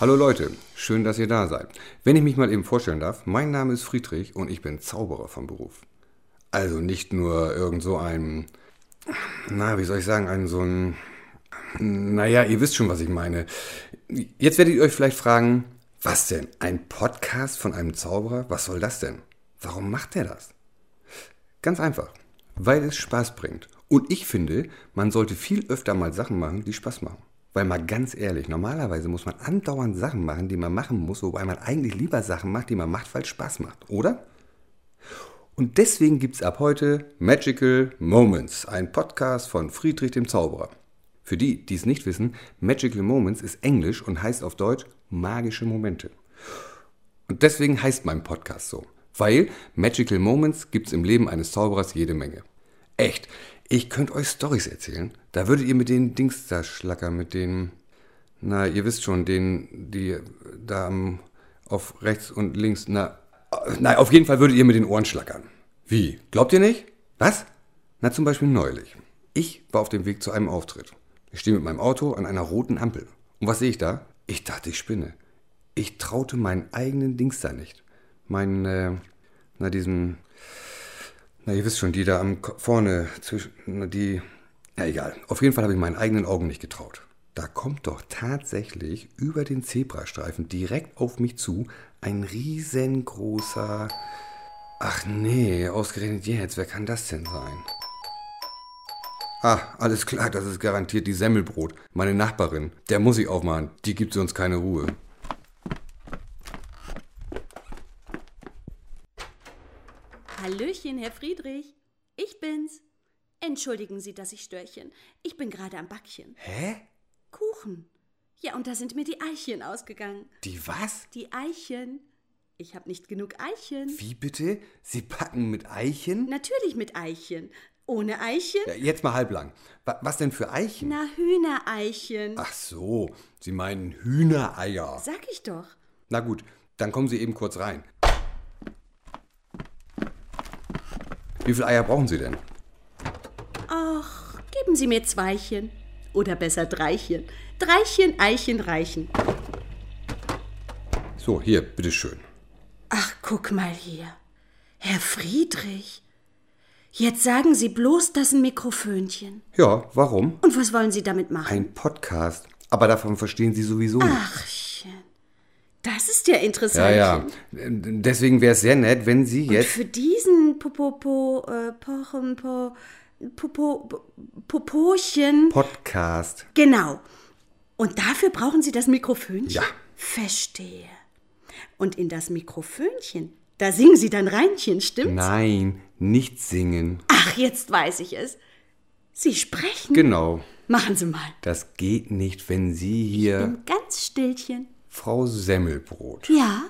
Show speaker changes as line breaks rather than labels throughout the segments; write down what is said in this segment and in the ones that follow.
Hallo Leute, schön, dass ihr da seid. Wenn ich mich mal eben vorstellen darf, mein Name ist Friedrich und ich bin Zauberer von Beruf. Also nicht nur irgend so ein, na, wie soll ich sagen, ein so ein, naja, ihr wisst schon, was ich meine. Jetzt werdet ihr euch vielleicht fragen, was denn? Ein Podcast von einem Zauberer? Was soll das denn? Warum macht er das? Ganz einfach, weil es Spaß bringt. Und ich finde, man sollte viel öfter mal Sachen machen, die Spaß machen. Weil mal ganz ehrlich, normalerweise muss man andauernd Sachen machen, die man machen muss, wobei man eigentlich lieber Sachen macht, die man macht, weil es Spaß macht, oder? Und deswegen gibt es ab heute Magical Moments, ein Podcast von Friedrich dem Zauberer. Für die, die es nicht wissen, Magical Moments ist Englisch und heißt auf Deutsch magische Momente. Und deswegen heißt mein Podcast so, weil Magical Moments gibt es im Leben eines Zauberers jede Menge. Echt, ich könnte euch Stories erzählen. Da würdet ihr mit den Dings da schlacker, mit den, na, ihr wisst schon, den, die da am- auf rechts und links, na, äh, na, auf jeden Fall würdet ihr mit den Ohren schlackern. Wie? Glaubt ihr nicht? Was? Na, zum Beispiel neulich. Ich war auf dem Weg zu einem Auftritt. Ich stehe mit meinem Auto an einer roten Ampel. Und was sehe ich da? Ich dachte, ich spinne. Ich traute meinen eigenen Dings da nicht. Meinen, äh, na, diesen, na, ihr wisst schon, die da am Ko- vorne zwischen, na, die, na egal. Auf jeden Fall habe ich meinen eigenen Augen nicht getraut. Da kommt doch tatsächlich über den Zebrastreifen direkt auf mich zu ein riesengroßer. Ach nee, ausgerechnet jetzt, wer kann das denn sein? Ah, alles klar, das ist garantiert die Semmelbrot, meine Nachbarin. Der muss ich aufmachen, die gibt sonst keine Ruhe.
Hallöchen, Herr Friedrich. Ich bin's. Entschuldigen Sie, dass ich störchen. Ich bin gerade am Backchen.
Hä?
Kuchen. Ja, und da sind mir die Eichen ausgegangen.
Die was?
Die Eichen. Ich hab nicht genug Eichen.
Wie bitte? Sie backen mit Eichen?
Natürlich mit Eichen. Ohne Eichen?
Ja, jetzt mal halblang. Wa- Was denn für Eichen?
Na, Hühnereichen.
Ach so, Sie meinen Hühnereier.
Sag ich doch.
Na gut, dann kommen Sie eben kurz rein. Wie viele Eier brauchen Sie denn?
Ach, geben Sie mir Zweichen. Oder besser Dreichen. Dreichen, Eichen, Reichen.
So, hier, bitteschön.
Ach, guck mal hier. Herr Friedrich. Jetzt sagen Sie bloß, das ist ein Mikrofönchen.
Ja, warum?
Und was wollen Sie damit machen?
Ein Podcast. Aber davon verstehen Sie sowieso nichts.
Achchen. Das ist ja
Ja,
interessant.
ja. Deswegen wäre es sehr nett, wenn Sie jetzt.
Für diesen Popopo, äh, Pochen, po, Popo, Popochen.
Podcast.
Genau. Und dafür brauchen Sie das Mikrofönchen?
Ja.
Verstehe. Und in das Mikrofönchen, da singen Sie dann Reinchen,
Genau.
stimmt?
Nein, nicht singen.
Ach, jetzt weiß ich es. Sie sprechen.
Genau.
machen Sie mal.
Das geht nicht, wenn Sie hier.
Ein ganz stillchen.
Frau Semmelbrot.
Ja.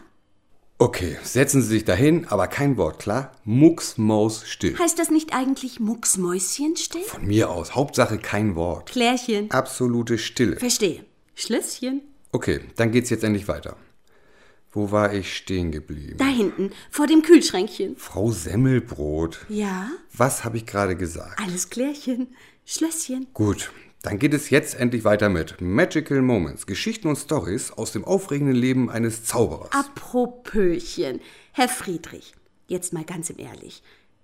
Okay, setzen Sie sich dahin, aber kein Wort, klar? Mucksmaus still.
Heißt das nicht eigentlich Mucksmäuschen still?
Von mir aus. Hauptsache kein Wort.
Klärchen.
Absolute Stille.
Verstehe. Schlüsschen.
Okay, dann geht's jetzt endlich weiter. Wo war ich stehen geblieben?
Da hinten, vor dem Kühlschränkchen.
Frau Semmelbrot.
Ja,
Was habe ich gerade gesagt?
alles Klärchen. Schlösschen.
Gut, dann geht es jetzt endlich weiter mit Magical Moments, Geschichten und Stories aus dem aufregenden Leben eines Zauberers.
Apropöchen. Herr Friedrich, jetzt mal ganz im Ehrlich.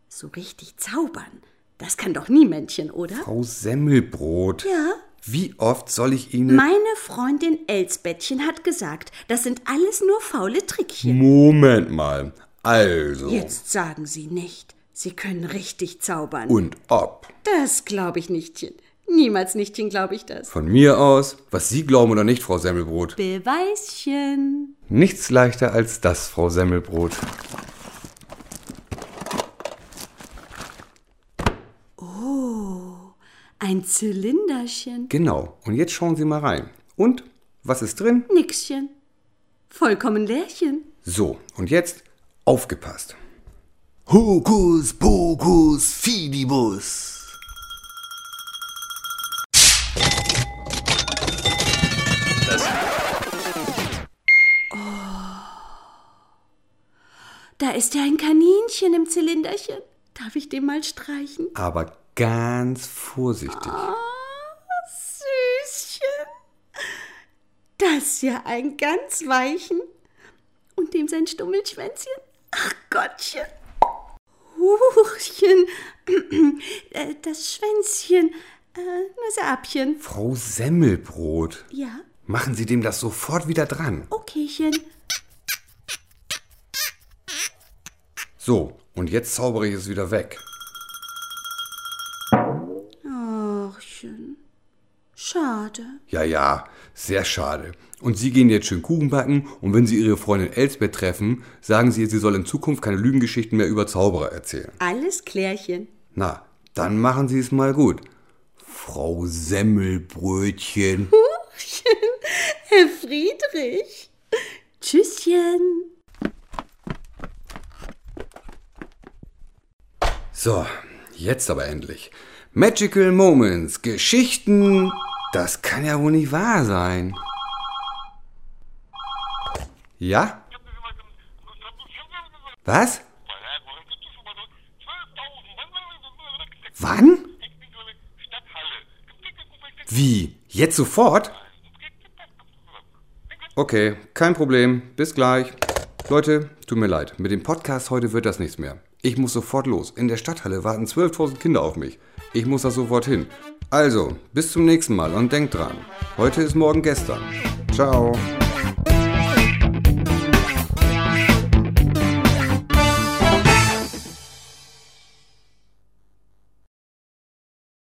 So richtig zaubern, das kann doch nie Männchen, oder?
Frau Semmelbrot.
Ja.
Wie oft soll ich Ihnen...
Meine Freundin Elsbettchen hat gesagt, das sind alles nur faule Trickchen.
Moment mal. Also.
Jetzt sagen Sie nicht, Sie können richtig zaubern.
Und ob.
Das glaube ich nichtchen. Niemals nichtchen glaube ich das.
Von mir aus, was Sie glauben oder nicht, Frau Semmelbrot.
Beweischen.
Nichts leichter als das, Frau Semmelbrot.
Ein Zylinderchen.
Genau. Und jetzt schauen Sie mal rein. Und? Was ist drin?
Nixchen. Vollkommen leerchen.
So, und jetzt aufgepasst. Hokus pokus fidibus.
Da ist ja ein Kaninchen im Zylinderchen. Darf ich den mal streichen? Ah,
Aber ganz vorsichtig.
Süßchen. Das ist ja ein ganz weichen. Und dem sein Stummelschwänzchen. Ach Gottchen. Huchchen. Äh, Das Schwänzchen. Äh, nur Säbchen.
Frau Semmelbrot,
Ja,
machen Sie dem das sofort wieder dran.
okaychen.
So, und jetzt zaubere ich es wieder weg.
Achchen. Schade.
Ja, ja, sehr schade. Und Sie gehen jetzt schön Kuchen backen und wenn Sie Ihre Freundin Elsbeth treffen, sagen Sie ihr, sie soll in Zukunft keine Lügengeschichten mehr über Zauberer erzählen.
Alles klärchen.
Na, dann machen Sie es mal gut. Frau Semmelbrötchen.
Herr Friedrich. Tschüsschen.
So, jetzt aber endlich. Magical Moments, Geschichten. Das kann ja wohl nicht wahr sein. Ja? Was? Wann? Wie? Jetzt sofort? Okay, kein Problem. Bis gleich. Leute, tut mir leid. Mit dem Podcast heute wird das nichts mehr. Ich muss sofort los. In der Stadthalle warten 12.000 Kinder auf mich. Ich muss da sofort hin. Also, bis zum nächsten Mal und denkt dran. Heute ist morgen gestern. Ciao.